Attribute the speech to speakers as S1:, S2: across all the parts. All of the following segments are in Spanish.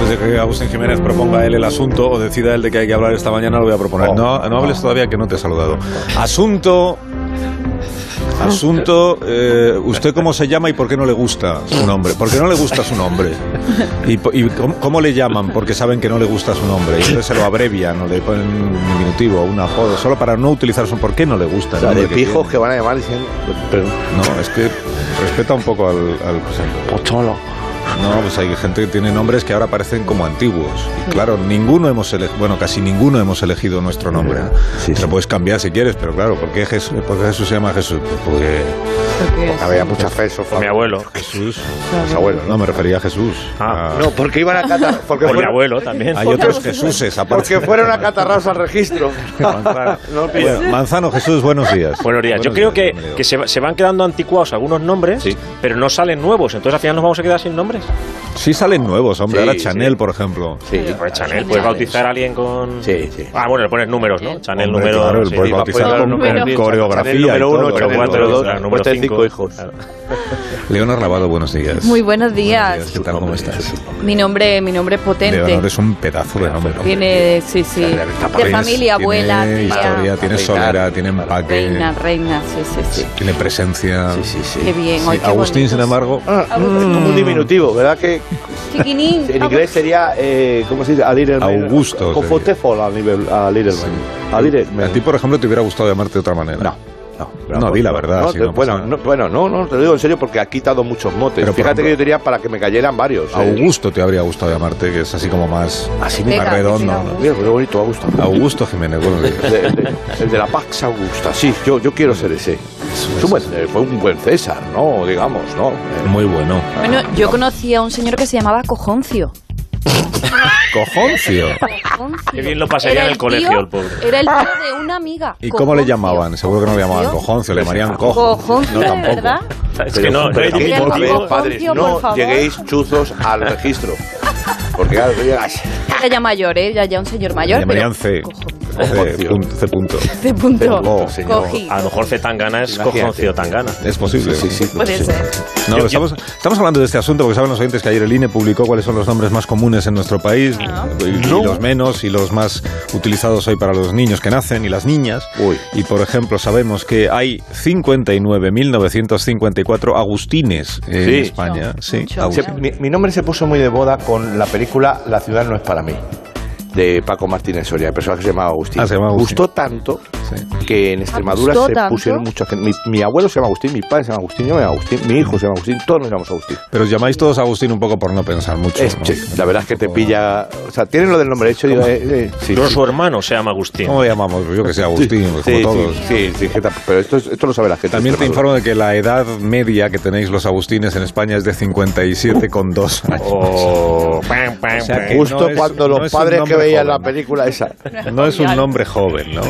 S1: Antes de que Agustín Jiménez proponga él el asunto o decida él de que hay que hablar esta mañana, lo voy a proponer. No, no hables todavía que no te he saludado. Asunto. Asunto, eh, ¿usted cómo se llama y por qué no le gusta su nombre? ¿Por qué no le gusta su nombre? ¿Y, po- y cómo, cómo le llaman? Porque saben que no le gusta su nombre. Y entonces se lo abrevian o le ponen un diminutivo, un apodo, solo para no utilizar su... ¿Por qué no le gusta? el
S2: O sea, de
S1: nombre que
S2: pijos que van a llamar diciendo. Pero,
S1: tiene? No, es que respeta un poco al... al- Pues
S2: pocholo.
S1: no, pues hay gente que tiene nombres que ahora parecen como antiguos. Y claro, ninguno hemos elegido, bueno, casi ninguno hemos elegido nuestro nombre. ¿no?
S2: Sí,
S1: Te
S2: sí.
S1: lo puedes cambiar si quieres, pero claro, ¿por qué Jesús, por qué Jesús se llama Jesús? Pues porque
S2: Había muchas fe
S3: Por mi abuelo.
S1: Jesús...
S2: Los abuelos,
S1: No, me refería a Jesús.
S3: Ah.
S1: A-
S2: No, porque iban a catar. Porque,
S3: Por mi
S2: fueron,
S3: abuelo también.
S1: Hay otros Jesuses, aparte.
S2: porque fueron acatarrados al registro.
S1: Manzano.
S2: No,
S1: Bueno, Manzano Jesús, buenos días.
S3: Buenos días. Yo creo
S1: Buenos días,
S3: que,
S1: bienvenido.
S3: que se, va- se van quedando anticuados algunos nombres, pero no salen nuevos. Entonces al final nos vamos a quedar sin nombres.
S1: Sí salen nuevos, hombre.
S2: Sí,
S1: Ahora
S2: sí.
S1: Chanel, por ejemplo.
S2: Sí,
S3: Pues Chanel, puedes bautizar a alguien con.
S2: Sí, sí.
S3: Ah, bueno, le pones números, ¿no? Chanel
S1: Hombre,
S3: número.
S1: claro, le puedes
S3: va-
S1: bautizar
S3: puedes
S1: con-
S3: números.
S1: con
S3: Chanel
S1: coreografía
S3: número
S1: y todo,
S3: uno, número
S1: Chanel
S3: cuatro,
S1: número
S3: número
S1: dos,
S3: dos, número
S2: puedes tener
S3: cinco.
S2: cinco hijos.
S3: Claro.
S1: Leonor Lavado, buenos días.
S4: Muy buenos días.
S1: ¿Qué tal, cómo estás?
S4: Mi nombre, mi nombre es potente.
S1: Leonor es un pedazo de nombre.
S4: Tiene, sí, sí. De
S1: Tienes-
S4: familia, abuela,
S1: Tiene historia,
S4: tía,
S1: tiene solera, tiene empaque,
S4: reina, reina, sí, sí, sí.
S1: tiene presencia.
S2: Sí, sí, sí.
S4: Qué bien.
S1: Sí,
S4: ay, qué
S1: Agustín,
S4: bonito.
S1: sin embargo,
S2: Ah, mm, es como un diminutivo, ¿verdad? Que
S4: Chiquinín.
S2: en inglés sería. Eh, ¿Cómo se dice? A little man.
S1: Augusto
S2: Con
S1: sería.
S2: fotefol a, nivel, a little man. A little
S1: a
S2: man.
S1: ti, por ejemplo, te hubiera gustado llamarte de otra manera.
S2: No. No,
S1: No, di la verdad, si
S2: te-
S1: no pasa
S2: bueno,
S1: nada.
S2: no, bueno, no, no, te lo digo en serio porque ha quitado muchos motes.
S1: Pero, por
S2: Fíjate que
S1: ejemplo,
S2: yo tenía para que me cayeran varios. eh.
S1: Augusto te habría gustado llamarte, que es así como más,
S2: Así
S1: más
S4: Venga, que
S1: redondo.
S4: siga
S1: ¿no?
S4: Augusto.
S2: Mira, qué bonito, Augusto.
S1: Augusto Jiménez, buenos días.
S2: El de- el de- el de la Pax Augusta, sí, yo, yo quiero ser ese. Es un buen- eh, fue un buen César, ¿no? Digamos, ¿no? Eh,
S1: Muy bueno.
S4: Bueno, yo conocí a un señor que se llamaba Cojoncio.
S1: Cojoncio.
S4: Cojoncio.
S3: Qué bien lo pasaría
S4: Era
S3: en el colegio,
S4: tío-
S3: el pobre.
S4: Era el tío de una amiga.
S1: ¿Y cómo le
S4: Cojoncio.
S1: llamaban? Seguro que no le llamaban cojoncio, le llamarían cojo.
S4: Cojoncio,
S1: No,
S4: de
S1: tampoco.
S4: ¿verdad?
S3: Es que no, eh, no hay
S2: pero
S4: Mira,
S2: tampoco,
S3: ningún
S4: por
S2: a ver,
S3: motivo.
S4: favor, tío, por
S2: no
S4: favor.
S2: lleguéis chuzos al registro. Porque claro, yo ya- ay,
S4: Era ya mayor, ¿eh? Era ya un señor mayor.
S1: Le llamarían C.
S4: pero... Cojoncio.
S1: C, pun- C punto.
S4: De punto.
S3: Este
S2: Pero, señor,
S4: Cojí.
S3: A lo mejor Zetangana es
S2: Imagínate.
S3: cojoncio Tangana.
S1: Es posible.
S2: Sí, sí, sí.
S4: Puede ser.
S1: No,
S3: Yo-
S1: estamos, estamos hablando de este asunto porque saben los oyentes que ayer el INE publicó cuáles son los nombres más comunes en nuestro país y, y los menos y los más utilizados hoy para los niños que nacen y las niñas.
S2: Uy.
S1: Y por ejemplo sabemos que hay 59.954 Agustines en
S2: Sí.
S1: España.
S4: Mucho,
S1: sí,
S4: mucho.
S1: Agustín.
S2: se- mi, mi nombre se puso muy de boda con la película La ciudad no es para mí, de Paco Martínez Soria, el personaje que se llamaba Agustín.
S1: Ah, se llamaba Agustín.
S2: Gustó tanto
S1: Sí.
S2: que en Extremadura
S4: gustó
S2: se
S4: tanto.
S2: pusieron muchas gente. Mi, mi abuelo se llama Agustín, mi padre se llama Agustín, yo me llamo Agustín, mi hijo se llama Agustín, todos nos llamamos Agustín.
S1: Pero os llamáis todos Agustín un poco por no pensar mucho.
S2: Es-
S1: ¿no?
S2: sí, la verdad es que te pilla. O sea, tienen lo del nombre hecho. Digo, eh, eh, sí,
S3: Yo,
S2: sí.
S3: su hermano se llama Agustín.
S1: ¿Cómo le llamamos? Pues Yo que sé, Agustín, pues
S2: Sí,
S1: como todos.
S2: sí, sí, sí, que ta- pero esto, es- esto lo sabe la gente.
S1: También te informo
S2: Extremadura.
S1: de que la edad media que tenéis los agustines en España es de 57,2
S2: Oh.
S1: años.
S3: O. pam, pam,
S1: sea
S3: pam.
S1: que-
S2: Justo
S1: No es-
S2: cuando
S1: no
S2: los
S1: es un
S2: padres que
S1: nombre
S2: veían
S1: joven.
S2: la película esa.
S1: No es un nombre joven, ¿no?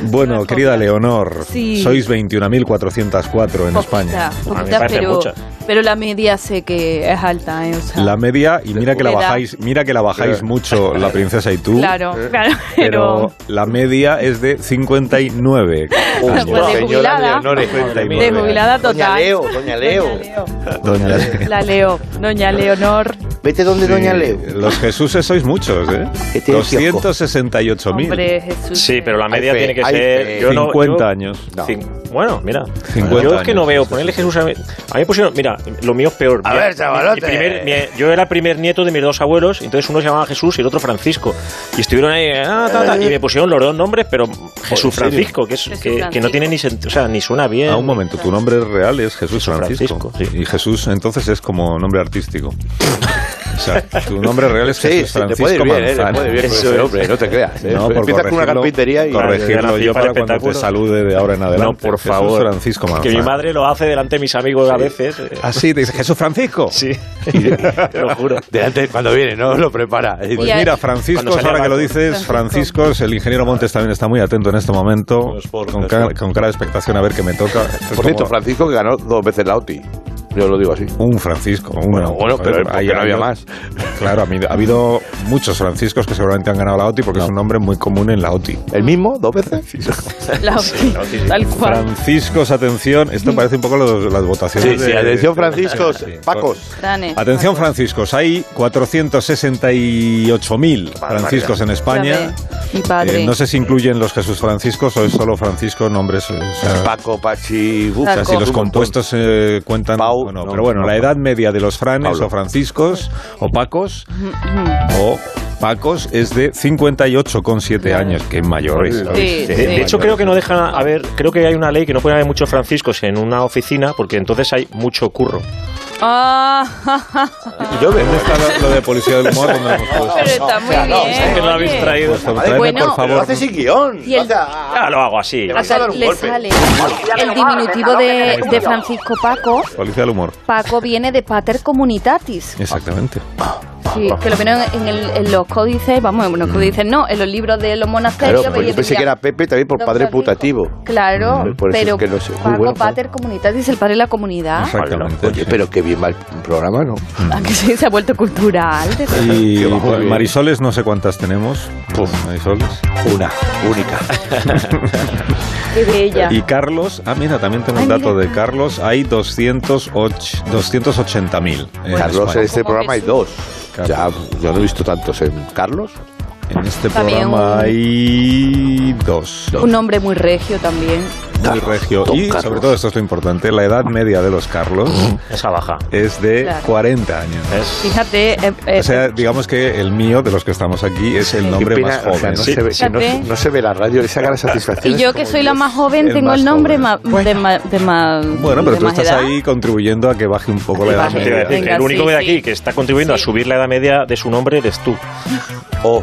S1: Bueno, querida Leonor,
S4: Sí.
S1: sois 21.404 en
S4: Poquita,
S1: España.
S4: poquita,
S3: A mí me parecen
S4: pero,
S3: muchas.
S4: pero la media sé que es alta, ¿eh? O sea,
S1: La media, y mira que la
S4: Edad.
S1: bajáis, mira que la bajáis
S2: Sí.
S1: mucho, la princesa y tú.
S4: uh. claro, claro,
S1: Pero
S4: pero,
S1: la media es de 59.
S4: Pues de
S1: años.
S4: jubilada.
S2: Leonor, es-
S4: de jubilada total.
S2: eh, Doña Leo, Doña Leo.
S1: Doña-
S4: La Leo, doña Leonor.
S2: Vete donde
S1: Sí,
S2: Doña Leo.
S1: Los Jesuses sois muchos, ¿eh?
S2: Que tiene kiosco.
S1: 268.000.
S4: Hombre, Jesús.
S3: Sí, pero la media
S2: fe,
S3: tiene que
S2: hay
S3: ser.
S2: fe.
S3: yo no-
S1: 50
S3: yo-
S1: años.
S2: No.
S3: Cin- Bueno, mira.
S1: 50
S3: yo es que
S1: años.
S3: no veo. Ponerle Jesús a mí. A mí me pusieron. Mira, lo mío es peor.
S2: A
S3: Mi-
S2: ver,
S3: mi- mi
S2: chavalote.
S3: primer- mi- yo era primer nieto de mis dos abuelos. Entonces uno se llamaba Jesús y el otro Francisco. Y estuvieron ahí. ah, ta, ta, y me pusieron los dos nombres, pero Jesús
S2: ¿en serio?
S3: Francisco, que, es,
S4: Jesús
S3: que, que
S4: Francisco.
S3: no tiene ni sentido. O sea, ni suena bien.
S1: Ah, un momento, tu nombre real es Jesús Francisco.
S3: Francisco, sí.
S1: Y Jesús entonces es como nombre artístico. O sea, tu nombre real es
S2: Sí,
S1: Jesús
S2: sí, te
S1: Francisco
S2: puede ir bien, ¿eh? Te
S1: Manzano.
S2: puede ir bien con
S3: Eso
S2: ese
S3: es.
S2: hombre, no te creas. ¿eh?
S1: No, por
S2: Empiezas con una
S1: corregirlo-
S2: carpintería y.
S1: corregirlo
S3: Ah,
S1: yo para
S3: para
S1: cuando te
S3: espectáculo.
S1: salude de ahora en adelante.
S3: No, por
S1: Jesús
S3: favor.
S1: Francisco Manzano.
S3: Que mi madre lo hace delante de mis amigos a veces. eh.
S1: Ah, sí, te dice Jesús Francisco.
S3: Sí, te lo juro.
S2: Delante, cuando viene, no lo prepara.
S1: Pues
S4: Y ahí-
S1: mira, Francisco,
S3: Cuando sale
S1: ahora
S3: al
S1: que lo
S3: balcón.
S1: dices, Francisco, el ingeniero Montes también está muy atento en este momento,
S2: Pues
S3: Los por-
S1: con
S3: los
S1: cara,
S3: por-
S1: con cara de expectación a ver qué me toca. Esto es
S2: Por cierto,
S1: como-
S2: Francisco que ganó dos veces la OTI. Yo lo digo así.
S1: Un Francisco. uno.
S2: Bueno, bueno, pero porque no había más.
S1: Claro, ha habido, ha habido muchos Franciscos que seguramente han ganado la OTI porque es un nombre muy común en la OTI.
S2: ¿El mismo? ¿Dos veces?
S4: La OTI, tal cual.
S1: Franciscos, atención, esto parece un poco los- las votaciones.
S2: Sí, sí,
S1: de-
S2: atención,
S1: de-
S2: Franciscos.
S1: Sí.
S2: Pacos.
S4: Dane.
S1: Atención, Franciscos, hay 468.000 Franciscos en España.
S4: Sabe, Mi padre.
S1: Eh, no sé si incluyen los Jesús Franciscos o es solo Francisco nombres. eh, o sea,
S2: Paco, Pachi, Buf,
S1: o sea,
S4: Paco.
S1: si los
S2: un montón.
S1: compuestos eh, cuentan.
S2: Pau,
S1: bueno,
S2: no,
S1: pero bueno,
S2: no,
S1: la
S2: Pau.
S1: edad media de los franes
S2: Pablo.
S1: o franciscos o pacos o pacos es de 58,7 años, que mayores.
S4: Sí, sí.
S3: Eh, De, de hecho, creo que no dejan haber, creo que hay una ley que no puede haber muchos franciscos en una oficina porque entonces hay mucho curro.
S4: Ah, ja, ja, ja.
S2: Yo veo. ¿eh?
S1: ¿Dónde está lo, lo de policía del humor? ¿Dónde lo hemos puesto?
S4: pero está muy
S2: no,
S4: bien.
S2: es
S3: que no lo habéis
S4: Eh, oye.
S3: traído.
S1: Pues, tráeme,
S4: Bueno,
S1: por
S2: Pero lo
S1: favor.
S2: hace sin guión.
S4: Y el-
S2: O sea,
S3: Ya lo hago así.
S2: vas a
S4: Hasta
S2: dar un
S4: le
S2: golpe.
S4: sale el diminutivo de, de Francisco Paco.
S1: Policía del humor.
S4: Paco viene de pater communitatis,
S1: Exactamente.
S4: Sí, que lo vieron en, el- en los códices, vamos, en los códices no, en los libros de los monasterios.
S2: Mm. Claro, pues
S4: veía
S2: yo pensé
S4: decía,
S2: que era Pepe también por
S4: "Don
S2: padre
S4: Francisco".
S2: putativo.
S4: Claro,
S2: Mm, por eso
S4: pero
S2: es que no sé. Muy
S4: Paco
S2: bueno, Paco.
S4: Pater Comunitatis, el padre de la comunidad,
S1: Exactamente.
S2: Oye, pero qué bien va el programa, ¿no?
S4: Ah, que sí, se ha vuelto cultural. de-
S1: Y
S2: Qué bajo,
S1: pues,
S2: bien.
S1: Marisoles, no sé cuántas tenemos. Marisoles.
S2: Una, única.
S4: Qué bella.
S1: Y Carlos, ah, mira, también tengo
S4: Ay,
S1: un dato
S4: mira.
S1: de Carlos. Hay 208 280.000 en
S2: Carlos, en
S1: España.
S2: este
S4: Como
S2: programa hay
S4: Jesús.
S2: dos. Ya, yo no he visto tantos. ¿eh? ¿Carlos?
S1: En este
S4: También
S1: programa
S4: un-
S1: hay dos.
S4: Un hombre muy regio también.
S1: Muy regio.
S2: Don
S1: Y
S2: Carlos.
S1: sobre todo, esto es lo importante, la edad media de los Carlos
S3: Esa baja.
S1: es de
S4: Claro.
S1: 40 años.
S3: Es-
S4: Fíjate, eh, eh,
S1: O sea, digamos que el mío, de los que estamos aquí, es el nombre
S2: Qué pena,
S1: más
S2: o sea,
S1: joven.
S2: no, se ve, si no,
S4: Fíjate.
S2: no se ve la radio, le saca la satisfacción.
S4: y yo que soy la más joven
S1: el
S4: tengo
S1: más
S4: el nombre
S1: joven.
S4: ma- de, ma- de ma-
S1: Bueno, pero
S4: de
S1: tú
S4: más
S1: estás
S4: edad.
S1: ahí contribuyendo a que baje un poco la edad
S4: Vale.
S3: Eso te iba a
S1: media.
S3: decir, que
S4: Venga,
S3: el único
S4: sí,
S3: de
S4: sí.
S3: aquí que está contribuyendo
S4: Sí.
S3: a subir la edad media de su nombre eres tú.
S2: Oh,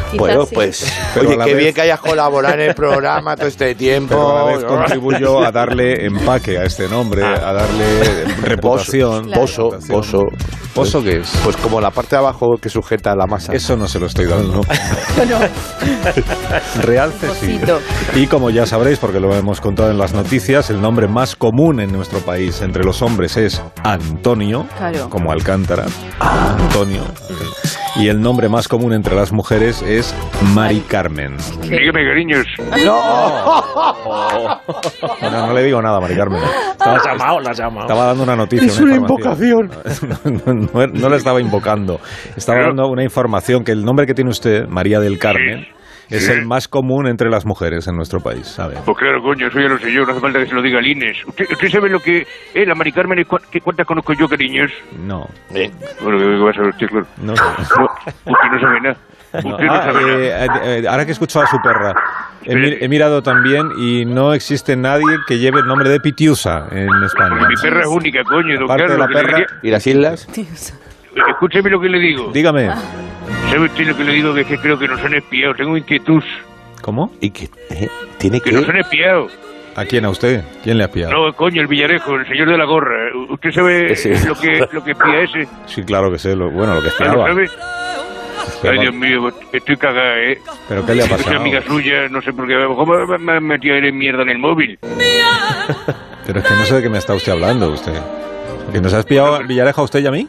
S4: Quizás
S2: bueno,
S4: sí.
S2: pues.
S1: Pero
S2: oye,
S1: a la
S2: qué
S1: vez-
S2: bien que hayas colaborado en el programa todo este tiempo.
S1: Pero a la vez contribuyó a darle empaque a este nombre, a darle reputación.
S2: Pozo,
S1: Reputación.
S2: pozo.
S1: ¿Pozo qué es?
S2: Pues como la parte de abajo que sujeta la masa.
S1: Eso no se lo estoy dando.
S4: Bueno,
S1: Realce sí.
S4: Pocito.
S1: Y como ya sabréis, porque lo hemos contado en las noticias, el nombre más común en nuestro país entre los hombres es Antonio,
S4: Claro.
S1: como Alcántara, Antonio. Y el nombre más común entre las mujeres es Mari Carmen.
S5: Dígame, cariños.
S1: Bueno, no le digo nada a Mari Carmen.
S3: La has llamado, la has llamado.
S1: Estaba dando una noticia.
S2: Es una
S1: información. No, no, no, no la estaba invocando. Estaba
S5: Pero-
S1: dando una información que el nombre que tiene usted, María del Carmen, es
S5: Sí.
S1: el más común entre las mujeres en nuestro país. ¿sabe?
S5: Pues claro, coño, eso ya lo sé yo, no hace falta que se lo diga al Inés. ¿Usted, usted sabe lo que es la Mari Carmen? y cua- qué- ¿Cuántas conozco yo, cariños?
S1: No.
S5: Bueno, que que va a saber usted, claro.
S1: No sé.
S5: No, usted no sabe nada.
S1: No.
S5: Usted no
S1: Ah,
S5: sabe nada.
S1: eh, eh, eh, ahora que he escuchado a su perra, he, mi- he mirado también y no existe nadie que lleve el nombre de Pitiusa en España.
S5: Porque mi perra es única, coño, don
S1: Aparte de la
S5: Carlos. que le
S1: perra-
S5: quería-
S2: ¿Y las islas?
S4: Dios.
S5: Escúcheme lo que le digo.
S1: Dígame,
S3: Ah.
S5: ¿Sabe usted lo que le digo? Que es que creo que nos han espiado. Tengo inquietud.
S1: ¿cómo?
S2: ¿Y que eh, ¿Tiene
S5: Que
S2: que.?
S5: nos han espiado.
S1: ¿A quién? ¿A usted? ¿Quién le ha pillado?
S5: No, coño, el Villarejo, el señor de la gorra. ¿Usted sabe
S2: Sí.
S5: lo que lo que espía ese?
S1: Sí, claro que sé. Lo, bueno, lo que
S5: ¿Ya
S1: esperaba.
S5: lo sabe? Ay,
S1: Pero-
S5: Dios mío, estoy cagada, ¿eh?
S1: ¿Pero qué le ha
S5: Yo soy
S1: pasado?
S5: amiga suya, no sé por qué. ¿Cómo me- me han metido en mierda en el móvil?
S1: Pero es que no sé de qué me está usted hablando, usted. ¿Que nos has pillado en Villarejo a usted y a mí?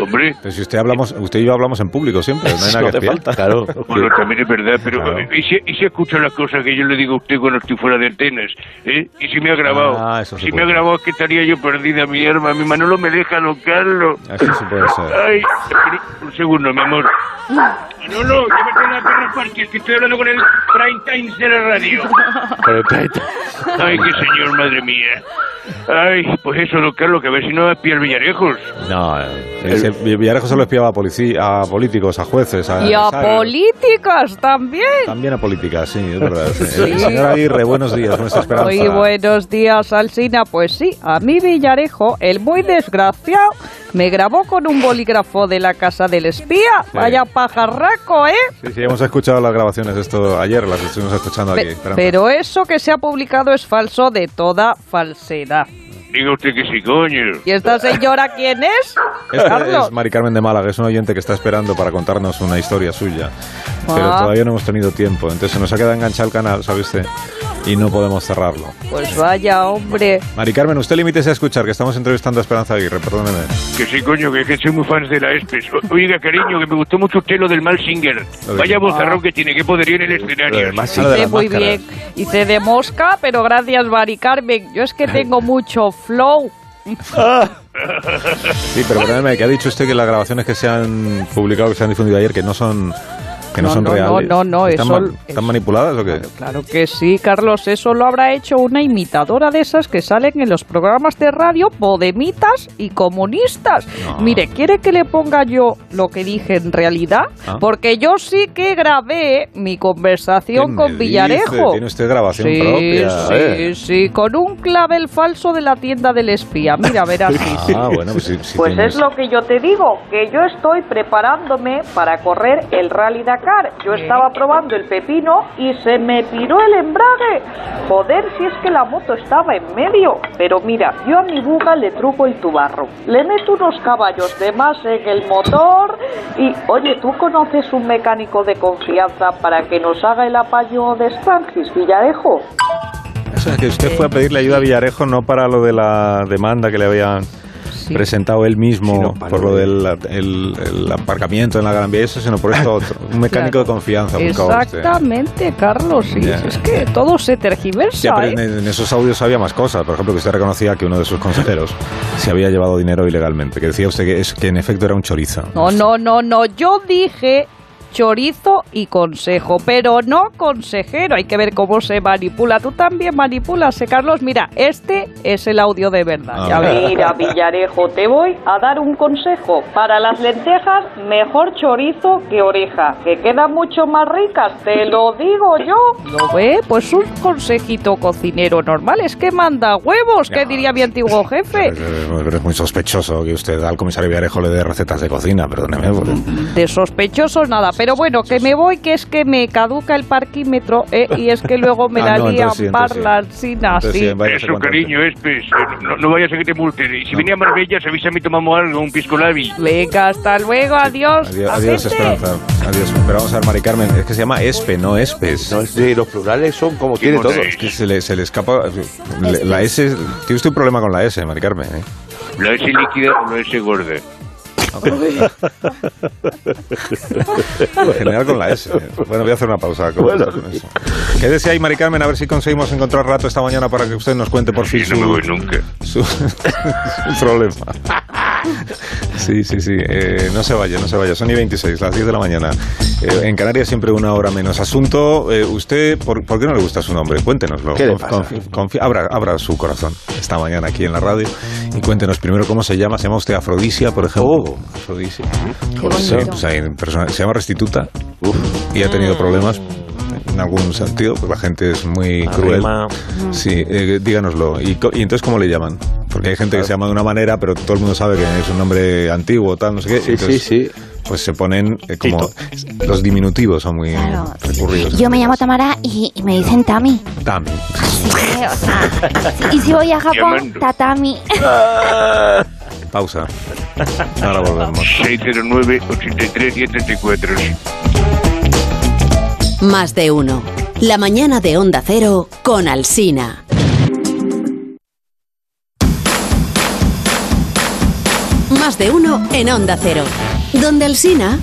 S5: Hombre,
S1: Pero si usted hablamos, usted y yo hablamos en público siempre, no hay nada
S2: No
S1: que
S2: te
S1: espiar.
S2: falta. Claro.
S5: bueno, también es verdad, pero
S1: Claro.
S5: ¿y, si, y si escucho las cosas que yo le digo a usted cuando estoy fuera de antenas? ¿eh? ¿Y si me ha grabado?
S1: Ah, eso sí
S5: si me
S1: puede
S5: ha
S1: ser.
S5: grabado es que estaría yo perdida, mi arma. Mi Manolo me deja, don Carlos.
S1: Eso sí puede ser.
S5: Ay, pero- un segundo, mi amor. Manolo, llévate a la perra parque, que estoy hablando con el prime time de la radio.
S2: Con el planeta.
S5: Ay, qué señor, madre mía. Ay, pues eso, don Carlos, que a ver si no espía el Villarejos.
S1: No, es que Villarejo solo espiaba a, policía, a políticos, a jueces, a
S4: Y a
S1: empresarios.
S4: políticos también.
S1: También a política, sí, es verdad.
S4: Sí.
S1: Eh, Señora Aguirre, buenos días, nuestra esperanza.
S6: Muy buenos días, Alsina. Pues sí, a mí Villarejo, el muy desgraciado, me grabó con un bolígrafo de la casa del espía. Vaya pajarraco, ¿eh?
S1: Sí, sí, hemos escuchado las grabaciones de esto ayer, las estuvimos escuchando aquí.
S6: Pe-
S1: Esperanza.
S6: pero eso que se ha publicado es falso de toda falsedad.
S5: Diga usted que sí, coño.
S6: ¿Y esta señora quién es?
S1: Esta
S6: Carlos.
S1: es Mari Carmen de Málaga, es un oyente que está esperando para contarnos una historia suya. Pero
S6: Ah.
S1: todavía no hemos tenido tiempo, entonces se nos ha quedado enganchado el canal, ¿sabe usted? y no podemos cerrarlo.
S6: Pues vaya, hombre.
S1: Mari Carmen, usted limítese a escuchar, que estamos entrevistando a Esperanza Aguirre, perdóneme.
S5: Que sí, coño, que, que soy muy fan de la Espes. O- Oiga, cariño, que me gustó mucho usted lo del mal singer.
S1: Lo Ah. de-
S5: Vaya bozarrón que tiene, qué poderío en el escenario.
S1: Además, sí, de
S6: Hice
S1: las
S6: muy
S1: máscaras.
S6: bien. Hice de mosca, pero gracias, Mari Carmen. Yo es que tengo mucho flow.
S1: Sí, pero perdóneme, que ha dicho usted que las grabaciones que se han publicado, que se han difundido ayer, que no son, que no
S6: No,
S1: son
S6: no,
S1: reales.
S6: no, no, no,
S1: ¿Están,
S6: eso-
S1: ma-
S6: eso-
S1: ¿Están manipuladas o qué?
S6: Claro, claro que sí, Carlos. Eso lo habrá hecho una imitadora de esas que salen en los programas de radio, podemitas y comunistas.
S1: No.
S6: Mire, ¿quiere que le ponga yo lo que dije en realidad?
S1: Ah.
S6: Porque yo sí que grabé mi
S1: ¿Qué
S6: conversación
S1: me
S6: con
S1: dice?
S6: Villarejo.
S1: Tiene usted grabación
S6: sí,
S1: propia,
S6: Sí,
S1: eh.
S6: sí, con un clavel falso de la tienda del espía. Mira, verás. sí, sí.
S1: Ah, bueno, pues sí, sí
S6: Pues
S1: tiene
S6: es lo que yo te digo, que yo estoy preparándome para correr el Rally Dakar. Yo estaba probando el pepino y se me piró el embrague. Joder, si es que la moto estaba en medio. Pero mira, yo a mi buga le truco el tubarro. Le meto unos caballos de más en el motor y... Oye, ¿tú conoces un mecánico de confianza para que nos haga el apaño de Francis Villarejo?
S1: O sea, que
S6: Eh,
S1: usted fue a pedirle ayuda a Villarejo no para lo de la demanda que le habían presentado él mismo
S2: Sino para
S1: por lo
S2: lo de-
S1: del el- el aparcamiento en la Gran Vía y eso, sino por esto otro. Un mecánico
S6: Claro.
S1: de confianza, por favor, usted.
S6: Exactamente, Carlos. sí.
S1: Ya.
S6: Es que todo se tergiversa.
S1: Ya, pero
S6: ¿eh?
S1: en, en esos audios había más cosas. Por ejemplo, que usted reconocía que uno de sus consejeros se había llevado dinero ilegalmente. Que decía usted que, es, que en efecto era un chorizo.
S6: No, no, no, no. Yo dije chorizo y consejo, pero no consejero. Hay que ver cómo se manipula. Tú también manipulas, ¿eh, Carlos. Mira, este es el audio de verdad.
S1: A
S6: Ya
S1: ver.
S6: ves. Mira, Villarejo, te voy a dar un consejo. Para las lentejas, mejor chorizo que oreja, que quedan mucho más ricas, te lo digo yo. ¿Lo ve? Pues un consejito cocinero normal. Es que manda huevos, que diría mi antiguo jefe.
S1: Pero es muy sospechoso que usted al comisario Villarejo le dé recetas de cocina, perdóneme. porque-
S6: De sospechosos nada, pero bueno, que me voy, que es que me caduca el parquímetro ¿eh? y es que luego me
S1: Ah,
S6: la
S1: no,
S6: lían
S1: entonces sí, entonces sí.
S6: parlas sin
S1: Entonces, sí,
S6: así.
S1: vaya a ser
S5: Eso,
S1: contento.
S5: cariño, Espes. eh, No, no vayas a que te multen. Y si venía a Marbella, se avisa a mí tomamos algo, un pisco labi.
S6: Venga, hasta luego, adiós.
S1: Adiós, adiós,
S6: Agente.
S1: Esperanza. Adiós. Pero vamos a ver, Mari Carmen. Es que se llama Espe, no Espes.
S2: No, es de- los plurales son como tiene todo.
S1: Es que se le, se le escapa. le- la S. Tiene usted un problema con la S, Mari Carmen. ¿eh?
S5: La S líquida o la S gorda.
S1: En general con la S. ¿eh? Bueno, voy a hacer una pausa. con- con eso. Quédese ahí, Mari Carmen, a ver si conseguimos encontrar rato esta mañana para que usted nos cuente por fin
S5: Y no me voy
S1: su,
S5: nunca.
S1: su, su problema. Sí, sí, sí. Eh, no se vaya, no se vaya. Son y 26, las 10 de la mañana. Eh, en Canarias siempre una hora menos. Asunto, eh, usted, por, por qué no le gusta su nombre? Cuéntenoslo.
S2: ¿Qué le
S1: Conf-
S2: pasa?
S1: confi- confi- abra, abra su corazón esta mañana aquí en la radio y cuéntenos primero cómo se llama. ¿Se llama usted Afrodisia, por ejemplo?
S2: Oh.
S1: Afrodisia.
S4: Qué
S1: Sí,
S4: bonito.
S1: pues hay persona- se llama Restituta y ha tenido problemas en algún sentido, pues la gente es muy cruel.
S3: Arrima.
S7: Mm.
S1: Sí, eh, díganoslo. ¿Y, co- y entonces cómo le llaman? Porque hay gente que se llama de una manera, pero todo el mundo sabe que es un nombre antiguo, tal, no sé qué.
S2: Sí,
S1: entonces,
S2: sí, sí.
S1: Pues se ponen eh, como... Los diminutivos son muy
S7: Claro.
S1: recurridos.
S7: Yo me llamo Tamara y, y me dicen Tami.
S1: Tami.
S7: Así que, o sea, y si voy a Japón,
S5: Llamando.
S7: Tatami.
S1: Pausa. Ahora volvemos.
S5: 609 83 1034
S8: Más de uno. La mañana de Onda Cero con Alsina. Más de uno en Onda Cero. Donde Alsina.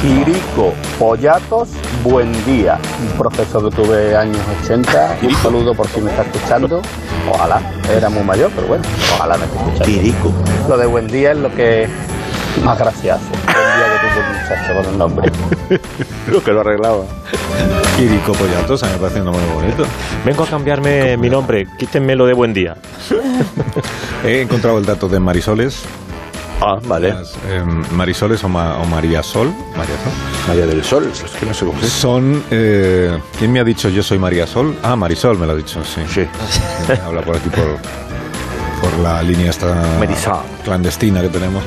S9: Quirico Pollatos, buen día. Un profesor que tuve años 80. Un saludo por si me está escuchando. Ojalá, era muy mayor, pero bueno, ojalá me esté escuchando. Quirico. Lo de buen día es lo que más gracioso. Buen día que tuvo un muchacho con el nombre.
S2: Lo que lo arreglaba.
S1: Quirico Pollatos, a mí me parece un nombre muy bonito.
S3: Vengo a cambiarme mi nombre, quítenme lo de buen día.
S1: He encontrado el dato de Marisoles.
S2: Ah, vale.
S1: Las, eh, Marisoles o, Ma- o María Sol. María Sol.
S2: María del Sol, es que no sé cómo es.
S1: Son. eh, ¿Quién me ha dicho yo soy María Sol? Ah, Marisol me lo ha dicho, sí.
S2: Sí.
S1: Habla por aquí por, por la línea esta
S2: Marisol.
S1: clandestina que tenemos.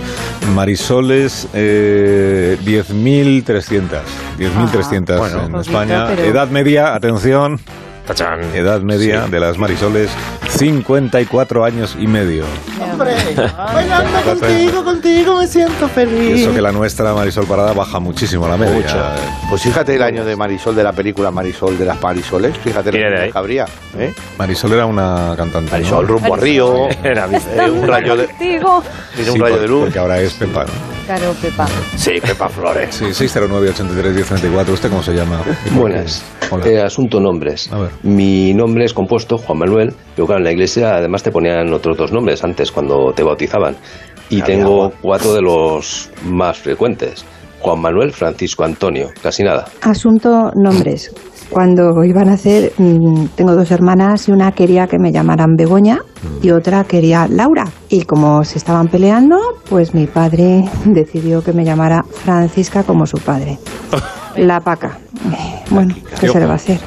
S1: Marisoles, eh, 10.300. 10.300
S2: bueno.
S1: en
S4: Poquito,
S1: España.
S4: pero-
S1: Edad media, atención,
S3: Tachán.
S1: edad media de las Marisoles, 54 años y medio.
S10: Hombre, bailando contigo, contigo me siento
S1: Y
S10: feliz.
S1: eso que la nuestra, Marisol Parada, baja muchísimo la media.
S2: Mucho. Pues fíjate el año de Marisol, de la película Marisol, de las Marisoles. Fíjate
S3: Mira de
S2: lo
S3: ahí.
S2: que cabría. ¿eh?
S1: Marisol era una cantante.
S2: Marisol,
S1: ¿no?
S2: rumbo a Río.
S3: Era bien.
S2: eh, un rayo de,
S4: Contigo.
S2: tiene un
S1: Sí,
S2: rayo
S1: por-
S2: de luz.
S1: Porque ahora es Pepa. ¿no?
S4: Claro, Pepa.
S2: Sí, Pepa Flores.
S1: Sí, 609-83-1034. ¿Usted cómo se llama?
S11: Buenas.
S1: Hola.
S11: Eh, asunto nombres.
S1: A ver.
S11: Mi nombre es compuesto, Juan Manuel, pero claro, en la iglesia además te ponían otros dos nombres antes cuando te bautizaban. Y
S2: Había
S11: tengo
S2: agua.
S11: cuatro de los más frecuentes. Juan Manuel, Francisco Antonio, casi nada.
S12: Asunto nombres. Cuando iban a hacer, mm, tengo dos hermanas y una quería que me llamaran Begoña
S1: Mm.
S12: y otra quería Laura. Y como se estaban peleando, pues mi padre decidió que me llamara Francisca como su padre. La paca. Eh, Bueno, ¿qué se le va a hacer?